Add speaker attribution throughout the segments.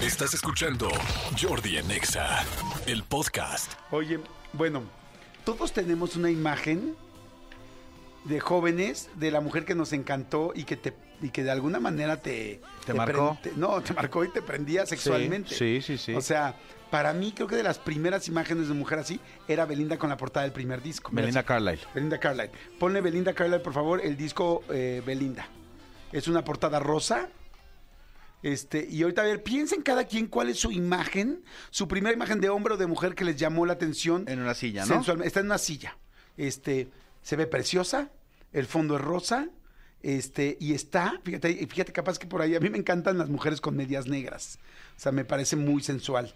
Speaker 1: Estás escuchando Jordi en Exa, el podcast.
Speaker 2: Oye, bueno, todos tenemos una imagen de jóvenes, de la mujer que nos encantó y que te y que de alguna manera te
Speaker 3: ¿Te marcó?
Speaker 2: prend- te- no, te marcó y te prendía sexualmente.
Speaker 3: sí, sí, sí.
Speaker 2: O sea, para mí creo que de las primeras imágenes de mujer así era Belinda con la portada del primer disco. Mira,
Speaker 3: Melinda
Speaker 2: sí.
Speaker 3: Carlyle.
Speaker 2: Belinda Carlyle. Ponle Belinda Carlyle, por favor, el disco eh, Belinda. Es una portada rosa. Este, y ahorita, a ver, piensen cada quien cuál es su imagen, su primera imagen de hombre o de mujer que les llamó la atención.
Speaker 3: En una silla, ¿no?
Speaker 2: Sensualme- Está en una silla. Este, se ve preciosa, el fondo es rosa. Este, y está, fíjate, y fíjate, capaz que por ahí, a mí me encantan las mujeres con medias negras. O sea, me parece muy sensual.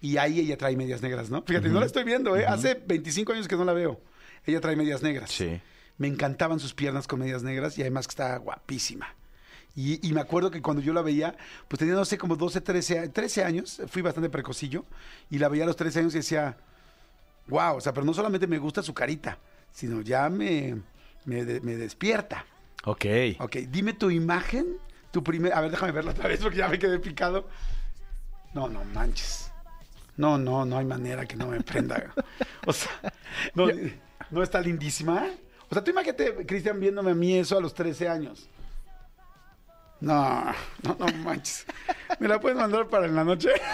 Speaker 2: Y ahí ella trae medias negras, ¿no? Fíjate, no la estoy viendo, ¿eh? Hace 25 años que no la veo. Ella trae medias negras.
Speaker 3: Sí.
Speaker 2: Me encantaban sus piernas con medias negras y además que está guapísima. Y, y me acuerdo que cuando yo la veía, pues tenía, no sé, como 12, 13, a- 13 años, fui bastante precocillo, y la veía a los 13 años y decía, wow, o sea, pero no solamente me gusta su carita, sino ya me, me, de- me despierta.
Speaker 3: Ok.
Speaker 2: Ok, dime tu imagen, tu primer... A ver, déjame verla otra vez porque ya me quedé picado. No, no manches. No, no, no hay manera que no me prenda. O sea, no, no está lindísima. O sea, tú imagínate, Cristian, viéndome a mí eso a los 13 años. No, no, no manches. ¿Me la puedes mandar para en la noche?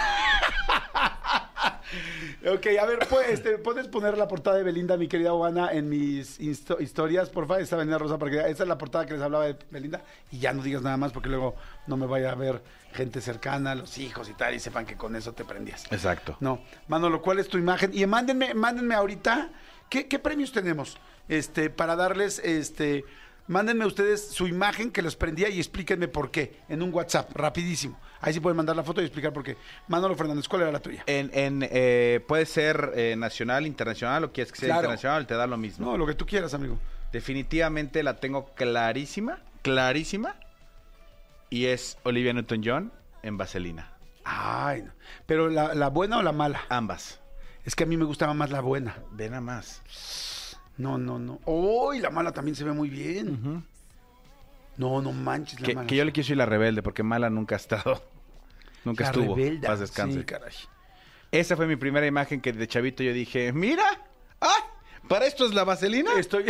Speaker 2: Ok, a ver, pues, este, puedes poner la portada de Belinda, mi querida Juana, en mis insto- historias, porfa. Esta Avenida Rosa, porque esa es la portada que les hablaba de Belinda. Y ya no digas nada más, porque luego no me vaya a ver gente cercana, los hijos y tal, y sepan que con eso te prendías.
Speaker 3: Exacto.
Speaker 2: No, Manolo, ¿cuál es tu imagen? Y mándenme, mándenme ahorita, ¿qué, qué premios tenemos? Este, para darles, este, mándenme ustedes su imagen que los prendía y explíquenme por qué, en un WhatsApp, rapidísimo. Ahí sí pueden mandar la foto y explicar por qué. Manolo Fernández, ¿cuál era la tuya?
Speaker 3: En, en, eh, puede ser eh, nacional, internacional, o quieres que sea
Speaker 2: Claro.
Speaker 3: internacional, te da lo mismo.
Speaker 2: No, lo que tú quieras, amigo.
Speaker 3: Definitivamente la tengo clarísima, clarísima. Y es Olivia Newton-John en Vaselina.
Speaker 2: Ay, no. pero la, la buena o la mala.
Speaker 3: Ambas.
Speaker 2: Es que a mí me gustaba más la buena.
Speaker 3: Ve nada más.
Speaker 2: No, no, no. Uy, la mala también se ve muy bien. No, no manches la
Speaker 3: Que,
Speaker 2: mala.
Speaker 3: que yo le quiso ir la rebelde, porque mala nunca ha estado. Nunca
Speaker 2: La
Speaker 3: estuvo.
Speaker 2: rebelda.
Speaker 3: Paz descanse.
Speaker 2: Sí, caray.
Speaker 3: Esa fue mi primera imagen que de chavito yo dije, mira, ¡ay! ¿Para esto es la vaselina?
Speaker 2: Estoy...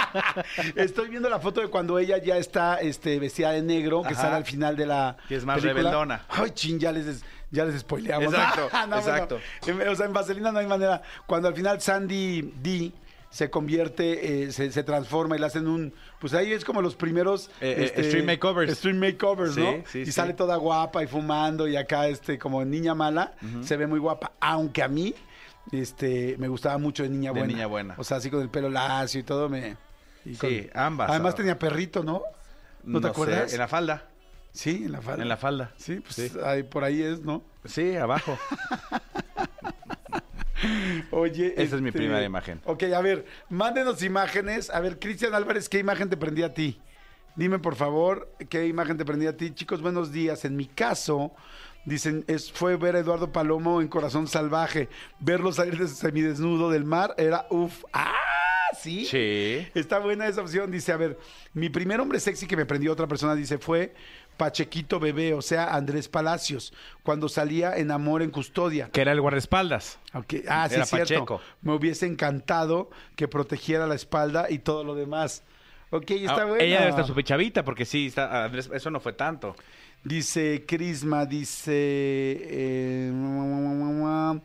Speaker 2: Estoy viendo la foto de cuando ella ya está este, vestida de negro, que
Speaker 3: Ajá.
Speaker 2: sale al final de la.
Speaker 3: Que es más rebeldona.
Speaker 2: Ay, chin, ya les, des- ya les spoileamos.
Speaker 3: Exacto,
Speaker 2: bueno.
Speaker 3: exacto.
Speaker 2: En- O sea, en Vaselina no hay manera. Cuando al final Sandy D se convierte, eh, se, se transforma y le hacen un. Pues ahí es como los primeros. este,
Speaker 3: Eh, eh, stream makeovers.
Speaker 2: Stream makeovers,
Speaker 3: Sí,
Speaker 2: ¿no?
Speaker 3: sí,
Speaker 2: y
Speaker 3: sí.
Speaker 2: sale toda guapa y fumando y acá, este, como niña mala, se ve muy guapa. Aunque a mí. Este, me gustaba mucho de niña
Speaker 3: De
Speaker 2: buena.
Speaker 3: niña buena.
Speaker 2: O sea, así con el pelo lacio y todo me. y
Speaker 3: Sí, ambas.
Speaker 2: Además
Speaker 3: Ah.
Speaker 2: tenía perrito, ¿no? ¿No, te
Speaker 3: sé,
Speaker 2: acuerdas?
Speaker 3: en la falda.
Speaker 2: Sí, en la falda.
Speaker 3: En la falda.
Speaker 2: Sí, pues
Speaker 3: Sí.
Speaker 2: ahí- por ahí es, ¿no?
Speaker 3: Sí, abajo.
Speaker 2: Oye. este,
Speaker 3: Esa es mi primera imagen.
Speaker 2: Ok, a ver, mándenos imágenes. A ver, Cristian Álvarez, ¿qué imagen te prendía a ti? Dime, por favor, ¿qué imagen te prendía a ti? Chicos, buenos días. En mi caso, dicen, es, fue ver a Eduardo Palomo en Corazón Salvaje. Verlo salir de su semidesnudo del mar era uff. ¡Ah! Sí.
Speaker 3: Sí.
Speaker 2: Está buena esa opción. Dice, a ver, mi primer hombre sexy que me prendió otra persona, dice, fue Pachequito Bebé, o sea, Andrés Palacios, cuando salía en Amor en Custodia.
Speaker 3: Que era el guardaespaldas.
Speaker 2: Aunque- ah, sí,
Speaker 3: Era
Speaker 2: cierto.
Speaker 3: Pacheco.
Speaker 2: Me hubiese encantado que protegiera la espalda y todo lo demás. Ok, está
Speaker 3: Ah,
Speaker 2: buena.
Speaker 3: Ella debe estar súper chavita, porque sí, está, Andrés, eso no fue tanto.
Speaker 2: Dice Crisma, dice. eh, mua, mua, mua, mua.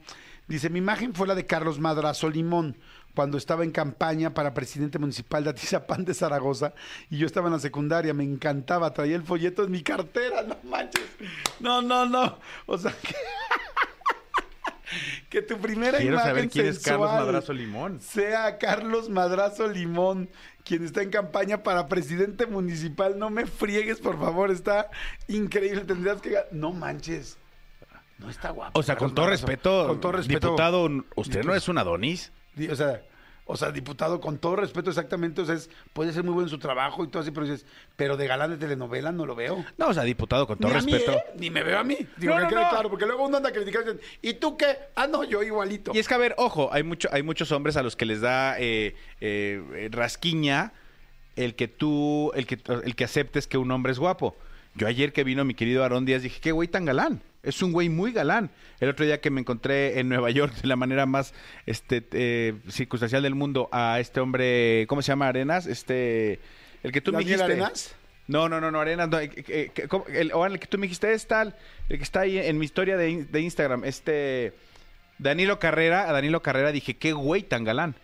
Speaker 2: dice: Mi imagen fue la de Carlos Madrazo Limón, cuando estaba en campaña para presidente municipal de Atizapán de Zaragoza y yo estaba en la secundaria. Me encantaba, traía el folleto en mi cartera, no manches. No, no, no. O sea, que, que tu primera
Speaker 3: Quiero
Speaker 2: imagen
Speaker 3: saber quién es Carlos
Speaker 2: sensual
Speaker 3: Madrazo Limón.
Speaker 2: sea Carlos Madrazo Limón, quien está en campaña para presidente municipal. No me friegues, por favor, está increíble. Tendrías que. ga- No manches. No está guapo.
Speaker 3: O sea, con
Speaker 2: Carlos
Speaker 3: todo
Speaker 2: Madrazo.
Speaker 3: respeto, Pues
Speaker 2: Con todo respeto.
Speaker 3: diputado, usted no es un Adonis.
Speaker 2: Di- O sea. O sea, diputado, con todo respeto, exactamente, o sea, es- puede ser muy bueno en su trabajo y todo así, pero dices, pero de galán de telenovela no lo veo.
Speaker 3: No, o sea, diputado, con todo
Speaker 2: ni a mí,
Speaker 3: respeto.
Speaker 2: ¿eh? Ni me veo a mí. Digo,
Speaker 3: No,
Speaker 2: que
Speaker 3: no,
Speaker 2: quede
Speaker 3: no.
Speaker 2: claro, porque luego uno anda criticando y dicen, ¿y tú qué? Ah, no, yo igualito.
Speaker 3: Y es que, a ver, ojo, hay, mucho, hay muchos hombres a los que les da eh, eh, eh, rasquiña el que tú, el que, el que aceptes que un hombre es guapo. Yo ayer que vino mi querido Aarón Díaz dije, qué güey tan galán. Es un güey muy galán. El otro día que me encontré en Nueva York de la manera más este, eh, circunstancial del mundo a este hombre, ¿cómo se llama? Arenas, este, el que tú me
Speaker 2: ¿Daniel
Speaker 3: dijiste.
Speaker 2: Arenas?
Speaker 3: No, no, no, no, Arenas, no, eh, eh, eh, ¿cómo? el, Juan, el que tú me dijiste es tal, el que está ahí en mi historia de, in- de Instagram, este, Danilo Carrera, a Danilo Carrera dije, qué güey tan galán.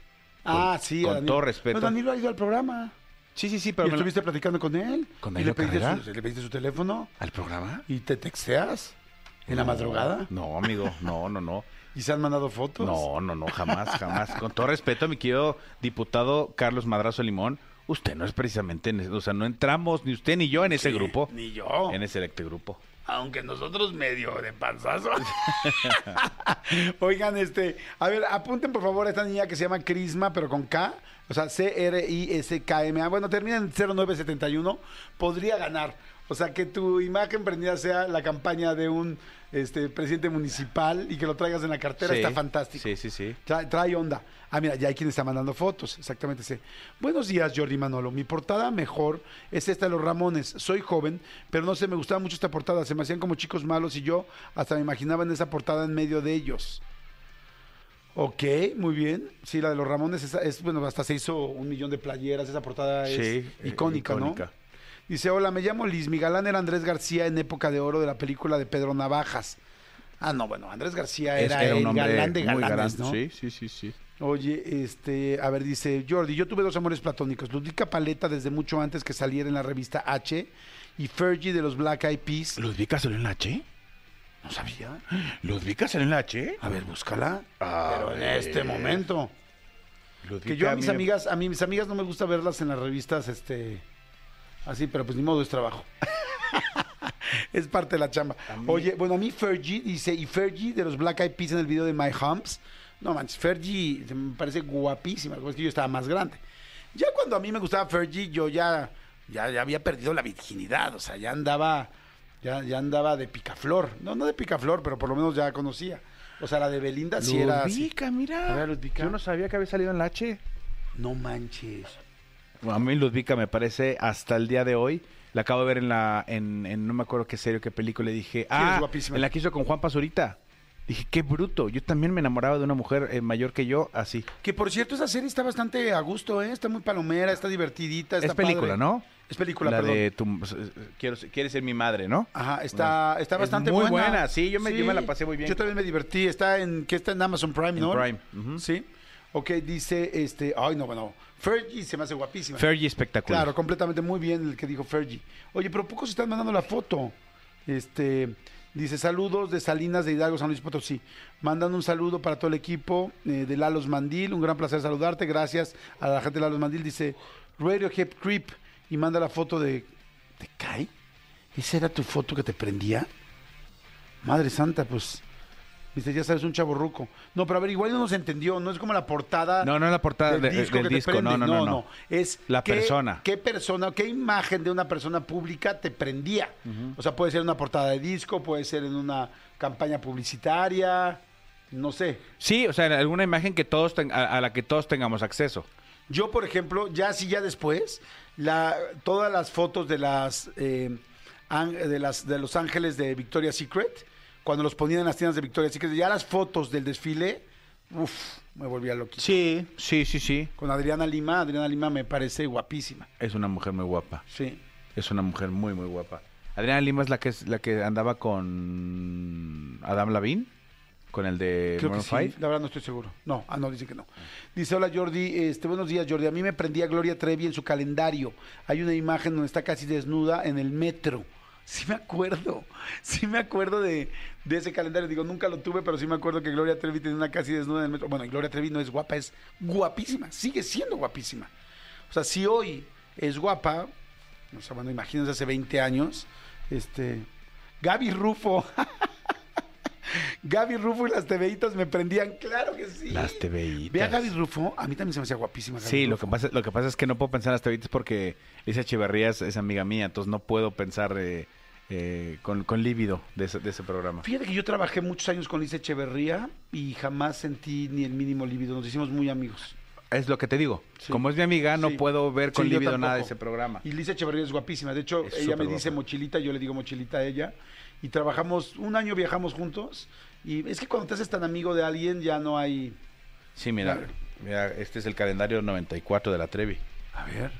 Speaker 2: Ah, sí.
Speaker 3: con
Speaker 2: a Danilo.
Speaker 3: todo respeto.
Speaker 2: No, Danilo ha ido al programa.
Speaker 3: Sí, sí, sí, pero
Speaker 2: y
Speaker 3: me lo-
Speaker 2: estuviste platicando con él. y
Speaker 3: ¿Con Danilo
Speaker 2: le pediste,
Speaker 3: Carrera?
Speaker 2: su, le pediste su teléfono
Speaker 3: ¿Al programa?
Speaker 2: y te texteas en la
Speaker 3: No,
Speaker 2: madrugada.
Speaker 3: No, amigo, no, no, no.
Speaker 2: Y se han mandado fotos.
Speaker 3: No, no, no, jamás, jamás. Con todo respeto, mi querido diputado Carlos Madrazo Limón, usted no es precisamente, en ese- o sea, no entramos ni usted ni yo en ese
Speaker 2: Sí,
Speaker 3: grupo,
Speaker 2: Ni yo.
Speaker 3: en ese electo grupo.
Speaker 2: Aunque nosotros medio de panzazo. Oigan, este, a ver, apunten por favor a esta niña que se llama Crisma, pero con K, o sea, C-R-I-S-K-M-A. Bueno, termina en 0971, podría ganar. O sea, que tu imagen prendida sea la campaña de un este, presidente municipal y que lo traigas en la cartera,
Speaker 3: Sí,
Speaker 2: está fantástico.
Speaker 3: Sí, sí, sí.
Speaker 2: Trae, trae onda. Ah, mira, ya hay quien está mandando fotos. Exactamente. sí. Buenos días, Jordi Manolo. Mi portada mejor es esta de los Ramones. Soy joven, pero no sé, me gustaba mucho esta portada. Se me hacían como chicos malos y yo hasta me imaginaba en esa portada en medio de ellos. Ok, muy bien. Sí, la de los Ramones esa- es, bueno, hasta se hizo un millón de playeras. Esa portada es
Speaker 3: Sí, eh,
Speaker 2: icónica,
Speaker 3: icónica.
Speaker 2: ¿no? Dice, hola, me llamo Liz. Mi galán era Andrés García en época de oro de la película de Pedro Navajas. Ah, no, bueno, Andrés García
Speaker 3: Es-
Speaker 2: era, el galán de
Speaker 3: muy
Speaker 2: galanes,
Speaker 3: galán,
Speaker 2: ¿no?
Speaker 3: Sí, sí, sí, sí.
Speaker 2: Oye, este, a ver, dice Jordi, yo tuve dos amores platónicos, Ludica Paleta desde mucho antes que saliera en la revista H y Fergie de los Black Eyed Peas.
Speaker 3: ¿Ludvica salió en la H?
Speaker 2: No sabía.
Speaker 3: ¿Ludvica salió en la H? Ah,
Speaker 2: A ver, búscala.
Speaker 3: A
Speaker 2: Pero en
Speaker 3: ver.
Speaker 2: este momento.
Speaker 3: Ludvica,
Speaker 2: Que yo a mis
Speaker 3: mí me-
Speaker 2: amigas, a mí mis amigas no me gusta verlas en las revistas, este, así, pero pues ni modo es trabajo. es parte de la chamba. Oye, bueno, a mí Fergie dice, y Fergie de los Black Eyed Peas en el video de My Humps. No manches, Fergie se me parece guapísima, lo que pasa es que yo estaba más grande. Ya cuando a mí me gustaba Fergie, yo ya, ya, ya había perdido la virginidad, o sea, ya andaba, ya, ya andaba de picaflor. No, no de picaflor, pero por lo menos ya conocía. O sea, la de Belinda sí era así.
Speaker 3: Ludvica, mira.
Speaker 2: A ver, Ludvica.
Speaker 3: Yo no sabía que había salido en la H.
Speaker 2: No manches.
Speaker 3: A mí Ludvica me parece hasta el día de hoy. La acabo de ver en la. En, en no me acuerdo qué serie, qué película. y dije. Ah,
Speaker 2: es guapísima.
Speaker 3: en la que hizo con Juan Pazurita. Dije, qué bruto. Yo también me enamoraba de una mujer eh, mayor que yo, así.
Speaker 2: Que por cierto, esa serie está bastante a gusto, ¿eh? Está muy palomera, está divertidita. Está
Speaker 3: es película,
Speaker 2: padre.
Speaker 3: ¿no?
Speaker 2: Es película,
Speaker 3: la
Speaker 2: perdón. Ah,
Speaker 3: de tu, eh, quiero, Quieres ser mi madre, ¿no?
Speaker 2: Ajá, está, está
Speaker 3: Es
Speaker 2: bastante
Speaker 3: muy
Speaker 2: buena.
Speaker 3: buena, sí, yo me- yo me la pasé muy bien.
Speaker 2: Yo también me divertí. Está en, que está en Amazon Prime,
Speaker 3: En
Speaker 2: ¿no?
Speaker 3: Prime, ujú.
Speaker 2: Sí. Ok, dice, este, ay, no, bueno, Fergie se me hace guapísima.
Speaker 3: Fergie espectacular.
Speaker 2: Claro, completamente muy bien el que dijo Fergie. Oye, pero pocos están mandando la foto. Este dice saludos de Salinas de Hidalgo, San Luis Potosí. Mandan un saludo para todo el equipo eh, de Lalos Mandil. Un gran placer saludarte. Gracias a la gente de Lalos Mandil. Dice Radiohead Creep y manda la foto de. ¿Te cae? ¿Esa era tu foto que te prendía? Madre santa, pues. Dice, ya sabes, un chavo ruco. No, pero a ver, igual no nos entendió. No es como la portada.
Speaker 3: No, no es la portada de- del
Speaker 2: que te
Speaker 3: disco,
Speaker 2: prende.
Speaker 3: no, no, no, no.
Speaker 2: Es
Speaker 3: La
Speaker 2: qué-
Speaker 3: persona.
Speaker 2: ¿Qué persona, qué imagen de una persona pública te prendía? O sea, puede ser en una portada de disco, puede ser en una campaña publicitaria, no sé.
Speaker 3: Sí, o sea, alguna imagen que todos ten- a, a la que todos tengamos acceso.
Speaker 2: Yo, por ejemplo, ya sí, ya después, la, todas las fotos de las, eh, an- de las de los ángeles de Victoria's Secret, cuando los ponían en las tiendas de Victoria's Secret, ya las fotos del desfile, uff, me volvía loquito.
Speaker 3: Sí, sí, sí, sí.
Speaker 2: Con Adriana Lima, Adriana Lima me parece guapísima.
Speaker 3: Es una mujer muy guapa.
Speaker 2: Sí.
Speaker 3: Es una mujer muy, muy guapa. Adriana Lima es la que, es, la que andaba con Adam Lavín, con el de
Speaker 2: Creo que
Speaker 3: Maroon
Speaker 2: sí,
Speaker 3: 5.
Speaker 2: la verdad no estoy seguro. No, ah, no, dice que no. Dice, hola Jordi, este, buenos días Jordi. A mí me prendía Gloria Trevi en su calendario. Hay una imagen donde está casi desnuda en el metro. Sí me acuerdo, sí me acuerdo de, de ese calendario. Digo, nunca lo tuve, pero sí me acuerdo que Gloria Trevi tenía una casi desnuda en el metro. Bueno, y Gloria Trevi no es guapa, es guapísima, sigue siendo guapísima. O sea, si hoy es guapa, o sea, bueno, imagínense hace 20 años, este, Gaby Rufo. Gaby Rufo y las TVitas me prendían, claro que sí.
Speaker 3: Las TVitas.
Speaker 2: Ve a Gaby Rufo, a mí también se me hacía guapísima. Gaby
Speaker 3: Sí, lo
Speaker 2: Rufo.
Speaker 3: que, pasa, lo que pasa es que no puedo pensar hasta ahorita es porque Lisa Echeverría es, es amiga mía, entonces no puedo pensar eh, eh, con, con lívido de ese, de ese programa.
Speaker 2: Fíjate que yo trabajé muchos años con Liz Echeverría y jamás sentí ni el mínimo libido. Nos hicimos muy amigos.
Speaker 3: Es lo que te digo.
Speaker 2: Sí.
Speaker 3: Como es mi amiga, no
Speaker 2: Sí.
Speaker 3: puedo ver con
Speaker 2: Sí, yo
Speaker 3: lívido nada de
Speaker 2: tampoco.
Speaker 3: ese programa.
Speaker 2: Y Lisa Echeverría es guapísima. De hecho,
Speaker 3: Es
Speaker 2: ella me
Speaker 3: súper
Speaker 2: dice
Speaker 3: guapa.
Speaker 2: mochilita, yo le digo mochilita a ella. Y trabajamos, un año viajamos juntos. Y es que cuando te haces tan amigo de alguien, ya no hay.
Speaker 3: Sí, mira,
Speaker 2: Claro.
Speaker 3: mira, este es el calendario 94 de la Trevi.
Speaker 2: A ver.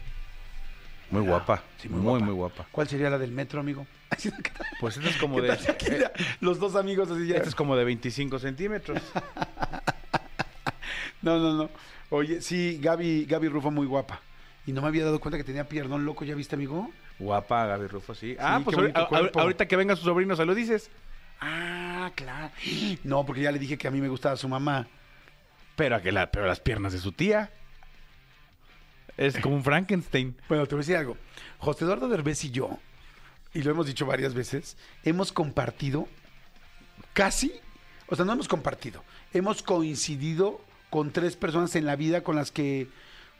Speaker 3: Muy guapa,
Speaker 2: Ah, Sí,
Speaker 3: muy, muy guapa.
Speaker 2: ¿Cuál sería la del metro, amigo? Así, ¿qué tal?
Speaker 3: Pues esto es como
Speaker 2: ¿Qué
Speaker 3: de
Speaker 2: tal si aquí ya los dos amigos así ya.
Speaker 3: este es como de 25 centímetros.
Speaker 2: No, no, no. Oye, sí, Gaby, Gaby Rufo muy guapa. Y no me había dado cuenta que tenía pierdón loco, ¿ya viste, amigo?
Speaker 3: Guapa, Gaby Rufo, sí. ah,
Speaker 2: qué
Speaker 3: pues
Speaker 2: bonito
Speaker 3: ahorita, ahor-
Speaker 2: cuerpo.
Speaker 3: ahorita que venga su sobrino, se lo dices.
Speaker 2: Ah, claro. No, porque ya le dije que a mí me gustaba su mamá.
Speaker 3: Pero, a que la, pero las piernas de su tía. Es como un Frankenstein.
Speaker 2: Bueno, te voy a decir algo. José Eduardo Derbez y yo, y lo hemos dicho varias veces, hemos compartido casi, o sea, no hemos compartido, hemos coincidido con tres personas en la vida con las que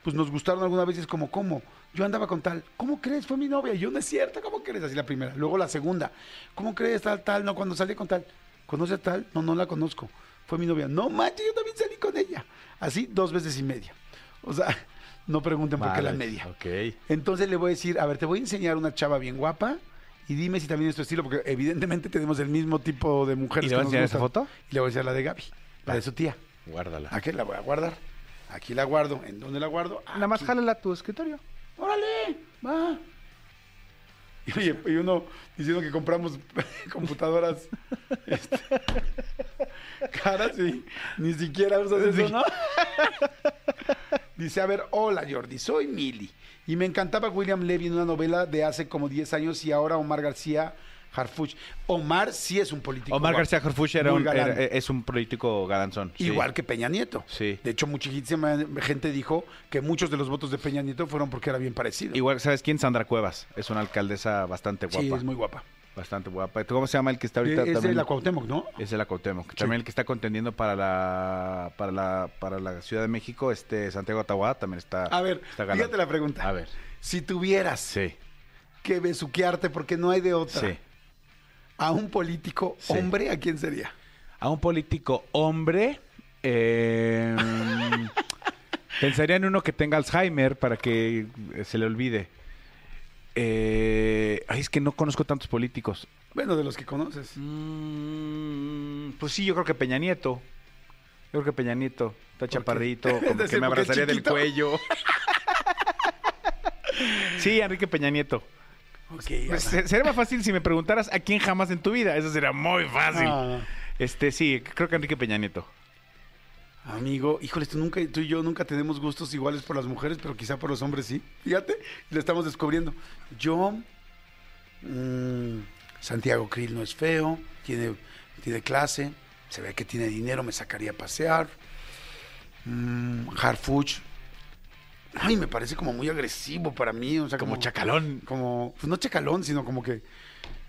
Speaker 2: pues nos gustaron algunas veces como, ¿cómo? Yo andaba con tal, ¿cómo crees? Fue mi novia, y yo no es cierto, ¿cómo crees? Así la primera, luego la segunda, ¿cómo crees? Tal, tal, no, cuando salí con tal, ¿conoce a tal? No, no la conozco, fue mi novia, no manches, yo también salí con ella, así dos veces y media, o sea, no pregunten por qué la
Speaker 3: Madres,
Speaker 2: media.
Speaker 3: Ok.
Speaker 2: Entonces le voy a decir, a ver, te voy a enseñar una chava bien guapa y dime si también es tu estilo, porque evidentemente tenemos el mismo tipo de mujeres. que
Speaker 3: ¿Y le vas a
Speaker 2: nos
Speaker 3: enseñar
Speaker 2: gustan.
Speaker 3: esa foto?
Speaker 2: Y le voy a enseñar la de Gaby, la de su tía.
Speaker 3: Guárdala.
Speaker 2: Aquí la voy a guardar. Aquí la guardo. ¿En dónde la guardo?
Speaker 3: Nada más
Speaker 2: Aquí.
Speaker 3: jálala a tu escritorio.
Speaker 2: ¡Órale! ¡Va! Y, oye, y uno diciendo que compramos computadoras este, caras y ni siquiera usas eso, ¿no? Dice, a ver, hola Jordi, soy Mili. Y me encantaba William Levy en una novela de hace como 10 años y ahora Omar García Harfuch. Omar sí es un político.
Speaker 3: Omar
Speaker 2: guapo,
Speaker 3: García Harfuch era
Speaker 2: muy
Speaker 3: un,
Speaker 2: galán.
Speaker 3: era- es un político galanzón. sí.
Speaker 2: Igual que Peña Nieto.
Speaker 3: Sí.
Speaker 2: De hecho, muchísima gente dijo que muchos de los votos de Peña Nieto fueron porque era bien parecido.
Speaker 3: Igual, ¿sabes quién? Sandra Cuevas. Es una alcaldesa bastante guapa.
Speaker 2: Sí, es muy guapa.
Speaker 3: Bastante guapa. ¿Cómo se llama el que está
Speaker 2: Eh,
Speaker 3: ahorita
Speaker 2: es
Speaker 3: también?
Speaker 2: de la Cuauhtémoc, ¿no?
Speaker 3: Es el Cuauhtémoc. También el que está contendiendo para la, para la, para la Ciudad de México, este Santiago Atahuada también está.
Speaker 2: A ver,
Speaker 3: está galán.
Speaker 2: fíjate la pregunta.
Speaker 3: A ver.
Speaker 2: Si tuvieras
Speaker 3: Sí,
Speaker 2: que besuquearte, porque no hay de otra,
Speaker 3: sí.
Speaker 2: a un político
Speaker 3: Sí.
Speaker 2: hombre, ¿a quién sería?
Speaker 3: A un político hombre. eh, pensaría en uno que tenga Alzheimer para que se le olvide. Eh, ay, es que no conozco tantos políticos.
Speaker 2: Bueno, de los que conoces.
Speaker 3: Mm, pues sí, yo creo que Peña Nieto. Yo creo que Peña Nieto. Está chaparrito,
Speaker 2: Sí,
Speaker 3: como que me
Speaker 2: porque es
Speaker 3: abrazaría del
Speaker 2: chiquito.
Speaker 3: cuello. sí, Enrique Peña Nieto.
Speaker 2: Ok,
Speaker 3: Pues, se- sería más fácil si me preguntaras a quién jamás en tu vida. Eso sería muy fácil.
Speaker 2: Ah.
Speaker 3: Este, sí, creo que Enrique Peña Nieto.
Speaker 2: amigo, híjoles, tú, nunca, tú y yo nunca tenemos gustos iguales por las mujeres, pero quizá por los hombres sí. Fíjate, lo estamos descubriendo. Yo, mm, Santiago Krill no es feo, tiene, tiene clase, se ve que tiene dinero, me sacaría a pasear. Mm, Harfuch. Ay, me parece como muy agresivo para mí. O sea,
Speaker 3: Como chacalón.
Speaker 2: Como, pues no chacalón, sino como que.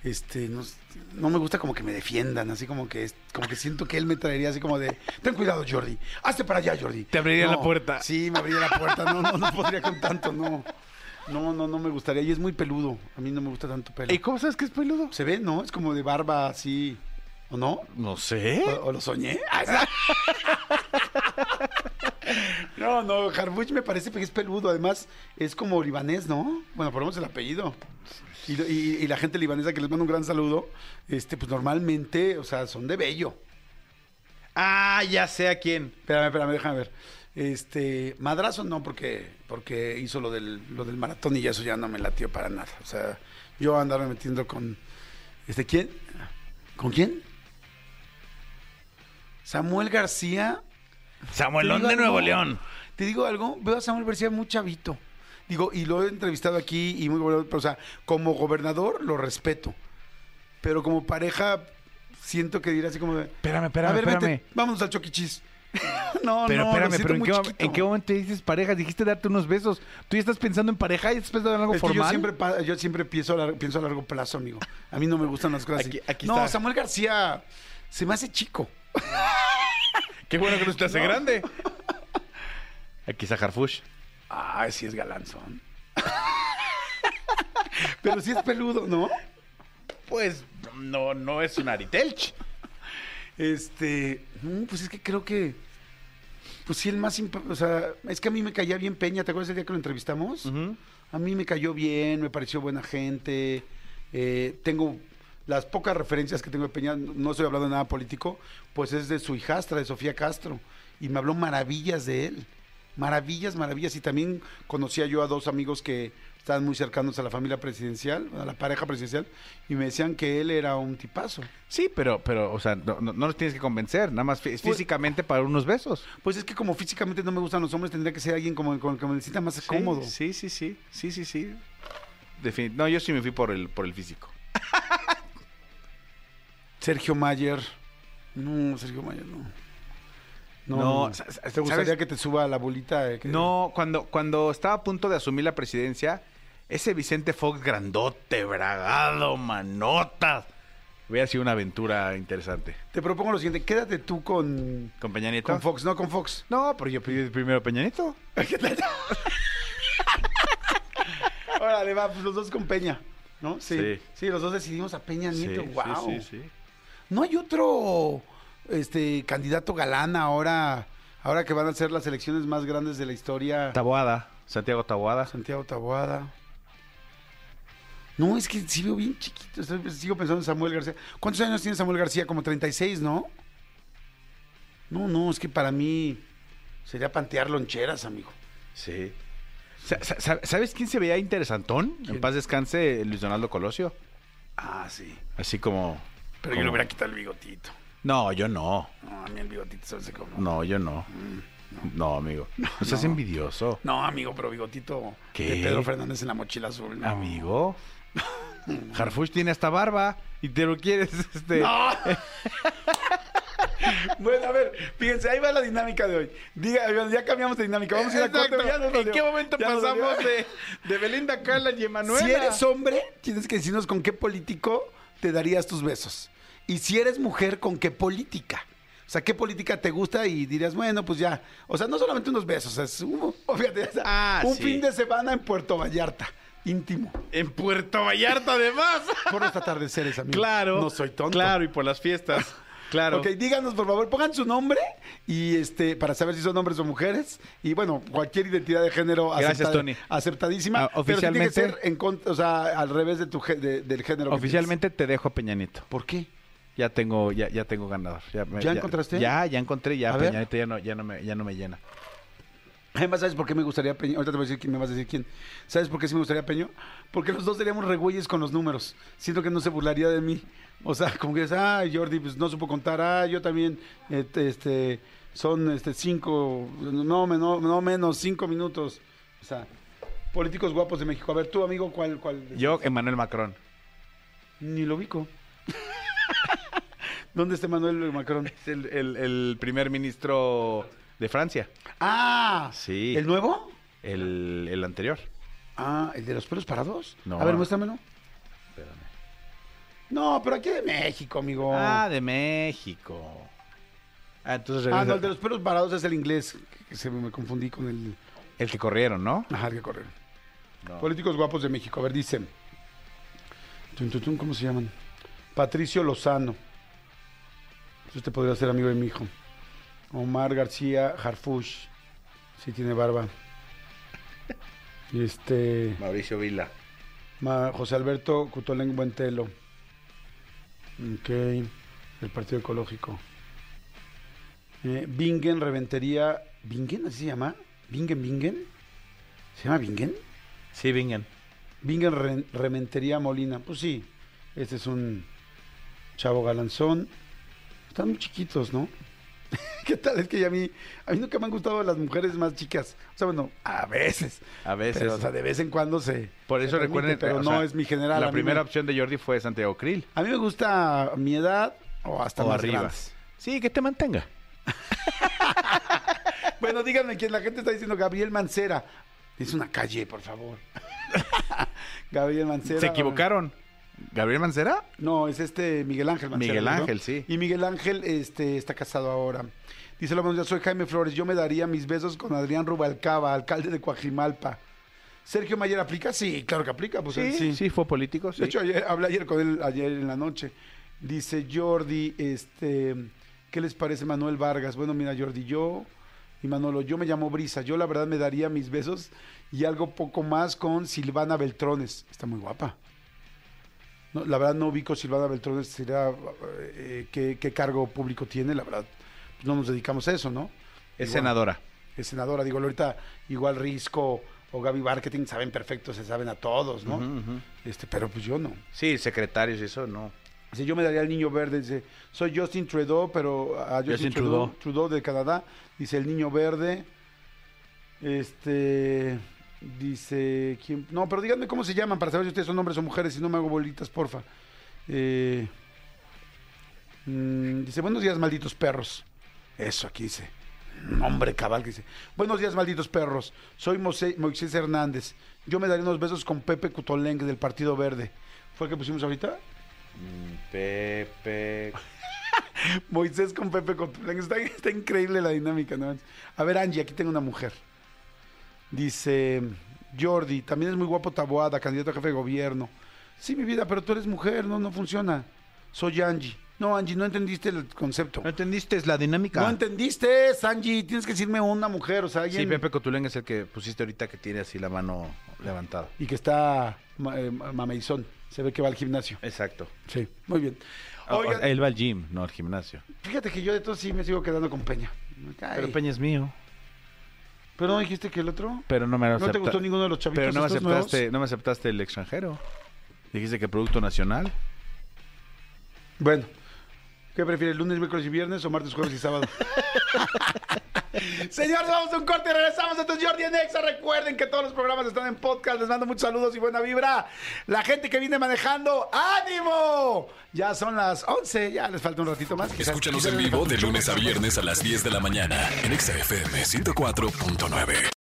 Speaker 2: Este, no, s- no me gusta como que me defiendan, así como que es- como que siento que él me traería así como de, ten cuidado Jordi, hazte para allá Jordi.
Speaker 3: Te abriría
Speaker 2: No,
Speaker 3: la puerta.
Speaker 2: Sí, me abriría la puerta, no, no, no podría con tanto, no. No, no, no me gustaría, y es muy peludo, a mí no me gusta tanto pelo.
Speaker 3: ¿Y cómo sabes que es peludo?
Speaker 2: Se ve, ¿no? Es como de barba así, ¿o no?
Speaker 3: No sé.
Speaker 2: ¿O, o lo soñé? Ah, no, no, Harbuch me parece que es peludo. Además, es como libanés, ¿no? Bueno, ponemos el apellido. Y, lo- y- y la gente libanesa que les manda un gran saludo, este, pues normalmente, o sea, son de bello.
Speaker 3: Ah, ya sé a quién.
Speaker 2: Espérame, espérame, déjame ver. Este, madrazo no, porque, porque hizo lo del, lo del maratón y ya eso ya no me latió para nada. O sea, yo andarme metiendo con. Este, ¿quién? ¿Con quién? Samuel García.
Speaker 3: Samuelón
Speaker 2: Te
Speaker 3: de
Speaker 2: digo
Speaker 3: Nuevo
Speaker 2: algo,
Speaker 3: León.
Speaker 2: Te digo algo, veo a Samuel García muy chavito. Digo, y lo he entrevistado aquí y muy bueno, pero, o sea, como gobernador lo respeto. Pero como pareja, siento que dirá así como de.
Speaker 3: Espérame, espérame,
Speaker 2: a ver,
Speaker 3: espérame.
Speaker 2: vete, vámonos al choquichis. no,
Speaker 3: Pero
Speaker 2: no,
Speaker 3: espérame, pero ¿en qué, mom-
Speaker 2: momento
Speaker 3: en qué momento dices pareja? Dijiste darte unos besos. Tú ya estás pensando en pareja y estás pensando en algo
Speaker 2: Es que
Speaker 3: formal.
Speaker 2: yo siempre, pa- yo siempre pienso, a lar- pienso a largo plazo, amigo. A mí no me gustan las cosas
Speaker 3: Aquí-
Speaker 2: así.
Speaker 3: aquí
Speaker 2: no,
Speaker 3: está.
Speaker 2: Samuel García se me hace chico.
Speaker 3: Qué bueno que no estás grande. Aquí está Harfush.
Speaker 2: Ah, sí es galanzón. pero sí es peludo, ¿no?
Speaker 3: Pues no, no es un Aritelch.
Speaker 2: mm, Este, no, pues es que creo que Pues sí, el más. imp- O sea, es que a mí me caía bien Peña. ¿Te acuerdas el día que lo entrevistamos?
Speaker 3: Ujú.
Speaker 2: A mí me cayó bien, me pareció buena gente. eh, tengo las pocas referencias que tengo de Peña, no estoy hablando de nada político, pues es de su hijastra, de Sofía Castro. Y me habló maravillas de él. Maravillas, maravillas. Y también conocía yo a dos amigos que estaban muy cercanos a la familia presidencial, a la pareja presidencial, y me decían que él era un tipazo.
Speaker 3: Sí, pero, pero, o sea, no, no- no los tienes que convencer, nada más fí- físicamente para unos besos.
Speaker 2: Pues es que como físicamente no me gustan los hombres, tendría que ser alguien como con el que me necesita más cómodo.
Speaker 3: Sí, sí, sí, sí, sí, sí. Defini- no, yo sí me fui por el, por el físico.
Speaker 2: Sergio Mayer. No, Sergio Mayer, no.
Speaker 3: No,
Speaker 2: No,
Speaker 3: sa- sa-
Speaker 2: ¿te gustaría
Speaker 3: ¿sabes?
Speaker 2: que te suba la bolita? eh, que-
Speaker 3: No, cuando, cuando estaba a punto de asumir la presidencia, ese Vicente Fox grandote, bragado, manotas. Hubiera sido una aventura interesante.
Speaker 2: Te propongo lo siguiente, quédate tú con,
Speaker 3: ¿Con Peña Nieto?
Speaker 2: con Fox, no con Fox.
Speaker 3: No, pero yo pedí primero Peña Nieto.
Speaker 2: Órale, va, pues los dos con Peña, ¿no? Sí. Sí,
Speaker 3: Sí.
Speaker 2: los dos decidimos a Peña Nieto,
Speaker 3: Sí,
Speaker 2: wow.
Speaker 3: sí, sí, sí.
Speaker 2: No hay otro este candidato galán ahora, ahora que van a ser las elecciones más grandes de la historia.
Speaker 3: Taboada, Santiago Taboada.
Speaker 2: Santiago Taboada. No, es que sí veo bien chiquito. estoy- Sigo pensando en Samuel García. ¿Cuántos años tiene Samuel García? Como 36, ¿no? No, no, es que para mí sería pantear loncheras, amigo.
Speaker 3: Sí. Sa- sa- sa- ¿Sabes quién se veía interesantón? En paz descanse, Luis Donaldo Colosio.
Speaker 2: Ah, sí.
Speaker 3: Así como.
Speaker 2: Pero yo
Speaker 3: como-
Speaker 2: le hubiera quitado el bigotito.
Speaker 3: No, yo no.
Speaker 2: No, a mí el bigotito se hace como.
Speaker 3: No, yo no. Mm, No, amigo. No seas envidioso.
Speaker 2: No, amigo, pero bigotito
Speaker 3: ¿Qué?
Speaker 2: de Pedro Fernández en la mochila azul. no.
Speaker 3: Amigo. Harfush tiene hasta barba y te lo quieres. Este...
Speaker 2: ¡No! bueno, a ver, fíjense, ahí va la dinámica de hoy. Diga, ya cambiamos de dinámica. Vamos a ir a corte.
Speaker 3: Exacto.
Speaker 2: ya nos
Speaker 3: ¿En
Speaker 2: dolió.
Speaker 3: qué momento
Speaker 2: Ya nos dolió.
Speaker 3: pasamos de, de Belinda Carla y Emanuela?
Speaker 2: Si eres hombre, tienes que decirnos con qué político te darías tus besos. Y si eres mujer, con qué política. O sea, qué política te gusta y dirías, bueno, pues ya. O sea, no solamente unos besos, es un, fíjate, es
Speaker 3: Ah,
Speaker 2: un
Speaker 3: sí.
Speaker 2: fin de semana en Puerto Vallarta, íntimo.
Speaker 3: En Puerto Vallarta, además.
Speaker 2: Por los atardeceres, amigo.
Speaker 3: Claro.
Speaker 2: Mm. No soy tonto.
Speaker 3: Claro, y por las fiestas. Claro.
Speaker 2: Ok, díganos por favor, pongan su nombre y este para saber si son hombres o mujeres y bueno, cualquier identidad de género
Speaker 3: Gracias,
Speaker 2: aceptada-
Speaker 3: Tony.
Speaker 2: aceptadísima,
Speaker 3: Ah,
Speaker 2: pero sí tiene que
Speaker 3: oficialmente-
Speaker 2: ser en contra, o sea, al revés de tu gé- de- del género. que
Speaker 3: Oficialmente te dejo a Peña Nieto.
Speaker 2: tienes. ¿Por qué?
Speaker 3: Ya tengo, ya, ya tengo ganador. ¿Ya, me-
Speaker 2: ¿Ya encontraste?
Speaker 3: Ya, ya encontré, ya
Speaker 2: A ver.
Speaker 3: Peña Nieto ya no, ya no me, ya no me llena.
Speaker 2: Además, ¿sabes por qué me gustaría Peño? Ahorita te voy a decir quién me vas a decir quién. ¿Sabes por qué sí me gustaría Peño? Porque los dos seríamos regüeyes con los números. Siento que no se burlaría de mí. O sea, como que es, ah, Jordi, pues no supo contar, ah, yo también, este, este, son este cinco, no, me- no, no menos, cinco minutos. O sea, políticos guapos de México. A ver, tú, amigo, ¿cuál? cuál
Speaker 3: Yo, Emanuel Macron.
Speaker 2: Ni lo ubico. ¿Dónde está Manuel Macron?
Speaker 3: Es el, el- el primer ministro de Francia.
Speaker 2: Ah,
Speaker 3: Sí.
Speaker 2: ¿El nuevo?
Speaker 3: El, el anterior.
Speaker 2: Ah, ¿el de los pelos parados?
Speaker 3: No.
Speaker 2: A ver, muéstramelo. No, pero aquí de México, amigo.
Speaker 3: Ah,
Speaker 2: Ah,
Speaker 3: de México. Ah, entonces
Speaker 2: no,
Speaker 3: regresa-
Speaker 2: el de los pelos parados es el inglés. que Se me confundí con el.
Speaker 3: El que corrieron, ¿no?
Speaker 2: Ajá, el que corrieron.
Speaker 3: No.
Speaker 2: Políticos guapos de México. A ver, dicen. Tun, tun, tun, ¿Cómo se llaman? Patricio Lozano. Usted podría ser amigo de mi hijo. Omar García Harfush. Sí, tiene barba. Y este.
Speaker 3: Mauricio Vila.
Speaker 2: Ma- José Alberto Cutolén Buentelo. Ok. El Partido Ecológico. Eh, Bingen Reventería. ¿Bingen así se llama? ¿Bingen Bingen? ¿Se llama Bingen?
Speaker 3: Sí, Bingen.
Speaker 2: Bingen Re- Reventería Molina. Pues sí. Este es un chavo galanzón. Están muy chiquitos, ¿no? ¿Qué tal? Es que ya a mí, a mí nunca me han gustado las mujeres más chicas. O sea, bueno, a veces.
Speaker 3: A veces.
Speaker 2: Pero, o sea, de vez en cuando se.
Speaker 3: Por
Speaker 2: se
Speaker 3: eso
Speaker 2: permite,
Speaker 3: recuerden.
Speaker 2: Pero
Speaker 3: o
Speaker 2: no
Speaker 3: sea,
Speaker 2: es mi general. a
Speaker 3: La
Speaker 2: mí
Speaker 3: primera
Speaker 2: me-
Speaker 3: opción de Jordi fue Santiago Krill.
Speaker 2: a mí me gusta mi edad o hasta
Speaker 3: O
Speaker 2: más
Speaker 3: arriba.
Speaker 2: grandes.
Speaker 3: Sí, que te mantenga.
Speaker 2: Bueno, díganme quién. La gente está diciendo Gabriel Mancera. Es una calle, por favor. Gabriel Mancera.
Speaker 3: Se equivocaron. ¿Gabriel Mancera?
Speaker 2: No, es este Miguel Ángel Mancera.
Speaker 3: Miguel
Speaker 2: ¿no?
Speaker 3: Ángel, sí.
Speaker 2: Y Miguel Ángel este, está casado ahora. Dice la yo soy Jaime Flores. Yo me daría mis besos con Adrián Rubalcaba, alcalde de Coajimalpa. Sergio Mayer aplica, sí, claro que aplica, pues él sí.
Speaker 3: fue político. sí.
Speaker 2: De hecho, ayer, hablé ayer con él, ayer en la noche. Dice Jordi, este, ¿qué les parece Manuel Vargas? Bueno, mira, Jordi, yo Y Manolo, yo me llamo Brisa. Yo la verdad me daría mis besos y algo poco más con Silvana Beltrones. Está muy guapa. No, la verdad no ubico Silvana Beltrones, será eh, qué, qué cargo público tiene, la verdad. No nos dedicamos a eso, ¿no?
Speaker 3: Es
Speaker 2: Igual,
Speaker 3: senadora.
Speaker 2: Es senadora, digo, ahorita igual Risco o Gaby Marketing saben perfecto, se saben a todos, ¿no?
Speaker 3: Ujú, ujú.
Speaker 2: Este, pero pues yo no.
Speaker 3: Sí, secretarios y eso, no.
Speaker 2: Dice, yo me daría al niño verde. Dice, soy Justin Trudeau, pero a Justin,
Speaker 3: Justin
Speaker 2: Trudeau,
Speaker 3: Trudeau.
Speaker 2: Trudeau de Canadá. Dice, el niño verde. Este. Dice, ¿quién? No, pero díganme cómo se llaman para saber si ustedes son hombres o mujeres. Si no me hago bolitas, porfa. Eh, mm, dice, buenos días, malditos perros. Eso, aquí dice. Hombre cabal que dice. Buenos días, malditos perros. Soy Mose- Moisés Hernández. Yo me daría unos besos con Pepe Cutolengue del Partido Verde. ¿Fue el que pusimos ahorita?
Speaker 3: Pepe.
Speaker 2: Moisés con Pepe Cotulán. Está, está increíble la dinámica, ¿no? A ver, Angie, aquí tengo una mujer. Dice Jordi, también es muy guapo Taboada, candidato a jefe de gobierno. Sí, mi vida, pero tú eres mujer, no, no funciona. Soy Angie. No, Angie, no entendiste el concepto.
Speaker 3: ¿No entendiste? Es la dinámica.
Speaker 2: No entendiste, Angie. Tienes que decirme una mujer, o sea, alguien.
Speaker 3: Sí, Pepe Cotulén es el que pusiste ahorita que tiene así la mano levantada.
Speaker 2: Y que está ma- eh, ma- mameizón. Se ve que va al gimnasio.
Speaker 3: Exacto.
Speaker 2: Sí, muy bien.
Speaker 3: Ah,
Speaker 2: Oigan,
Speaker 3: Él va al gym, no al gimnasio.
Speaker 2: fíjate que yo de todo sí me sigo quedando con Peña.
Speaker 3: Pero
Speaker 2: Ay.
Speaker 3: Peña es mío.
Speaker 2: ¿Pero no dijiste que el otro?
Speaker 3: Pero no me
Speaker 2: ¿No te
Speaker 3: acepta-
Speaker 2: gustó ninguno de los chavitos
Speaker 3: Pero no me,
Speaker 2: estos
Speaker 3: aceptaste, no me aceptaste el extranjero. Dijiste que producto nacional.
Speaker 2: Bueno, ¿qué prefieres, lunes, miércoles y viernes o martes, jueves y sábado? Señores, vamos a un corte y regresamos. Esto es Jordi en Exa. Recuerden que todos los programas están en podcast. Les mando muchos saludos y buena vibra. La gente que viene manejando, ¡ánimo! Ya son las 11, ya les falta un ratito más. Quizás-
Speaker 1: Escúchanos
Speaker 2: quizás
Speaker 1: en
Speaker 2: les
Speaker 1: vivo
Speaker 2: falta
Speaker 1: de
Speaker 2: mucho
Speaker 1: lunes a
Speaker 2: más.
Speaker 1: viernes a las 10 de la mañana en Exa FM 104.9.